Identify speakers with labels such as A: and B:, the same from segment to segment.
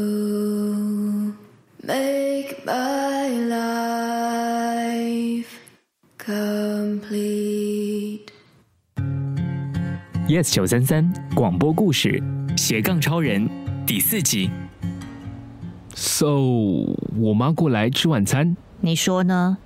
A: You make my life complete.
B: Yes 九三三广播故事《斜杠超人》第四集。
C: So，我妈过来吃晚餐
D: 你说呢？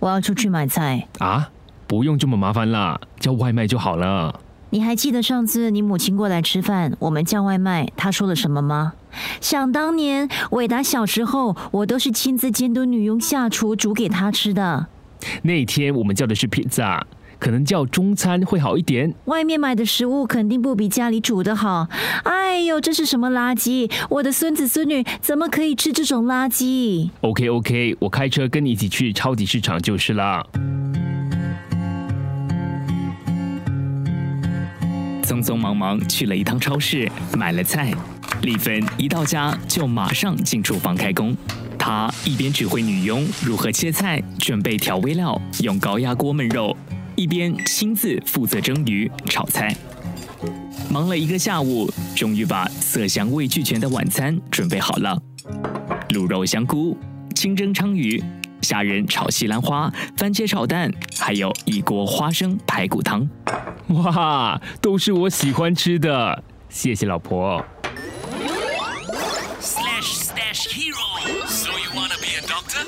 D: 我要出去买菜。
C: 啊，不用这么麻烦啦，叫外卖就好了。
D: 你还记得上次你母亲过来吃饭，我们叫外卖，她说了什么吗？想当年，伟达小时候，我都是亲自监督女佣下厨煮给她吃的。
C: 那天我们叫的是 pizza，可能叫中餐会好一点。
D: 外面买的食物肯定不比家里煮的好。哎呦，这是什么垃圾？我的孙子孙女怎么可以吃这种垃圾？
C: OK OK，我开车跟你一起去超级市场就是啦。
B: 匆匆忙忙去了一趟超市，买了菜。丽芬一到家就马上进厨房开工，她一边指挥女佣如何切菜、准备调味料、用高压锅焖肉，一边亲自负责蒸鱼、炒菜。忙了一个下午，终于把色香味俱全的晚餐准备好了：卤肉香菇、清蒸鲳鱼、虾仁炒西兰花、番茄炒蛋，还有一锅花生排骨汤。
C: 哇，都是我喜欢吃的，谢谢老婆。
E: slash slash hero. So you wanna be a doctor?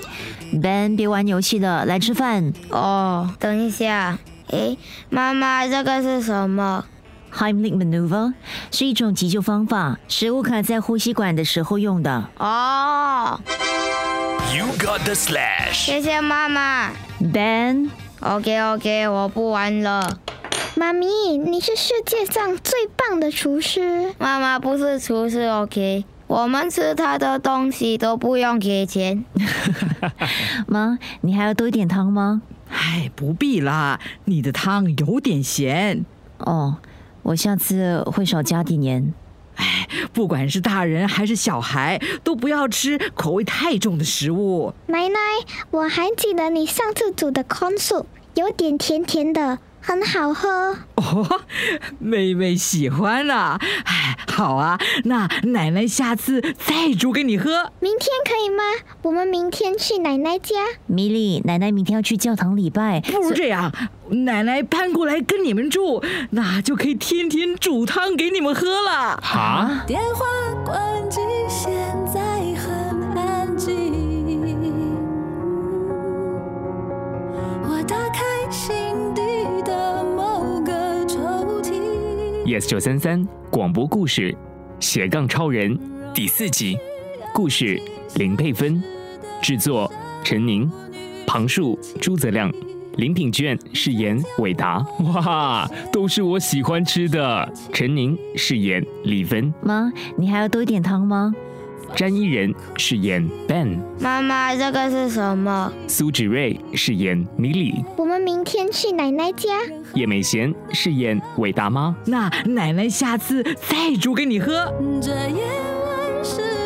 D: Ben，别玩游戏了，来吃饭。
F: 哦，Oh, 等一下，诶，妈妈，这个是什么？
D: Heimlich maneuver 是一种急救方法，食物卡在呼吸管的时候用的。
F: 哦，
E: You got the slash.
F: 谢谢妈妈。
D: Ben，
F: OK OK，我不玩了。
G: 妈咪，你是世界上最棒的厨师。
F: 妈妈不是厨师，OK。我们吃她的东西都不用给钱。
D: 妈，你还要多一点汤吗？
H: 哎，不必啦，你的汤有点咸。
D: 哦，我下次会少加点盐。
H: 不管是大人还是小孩，都不要吃口味太重的食物。
G: 奶奶，我还记得你上次煮的 corn soup，有点甜甜的，很好喝。
H: 哦，妹妹喜欢啦、哎，好啊，那奶奶下次再煮给你喝。
G: 明天可以吗？我们明天去奶奶家。
D: 米莉，奶奶明天要去教堂礼拜，
H: 不如这样，奶奶搬过来跟你们住，那就可以天天煮汤给你们喝了。
C: 哈，
A: 电话关机，现在很安静。我打开心底的某个抽屉。
B: Yes 九三三广播故事《斜杠超人》第四集，故事林佩芬，制作陈宁，旁述朱泽亮，林品卷饰演韦达，
C: 哇，都是我喜欢吃的。
B: 陈宁饰演李芬，
D: 妈，你还要多一点汤吗？
B: 詹依仁饰演 Ben，
F: 妈妈，这个是什么？
B: 苏芷瑞饰演米莉，
G: 我们明天去奶奶家。
B: 叶美贤饰演韦大妈。
H: 那奶奶下次再煮给你喝。
A: 这夜晚是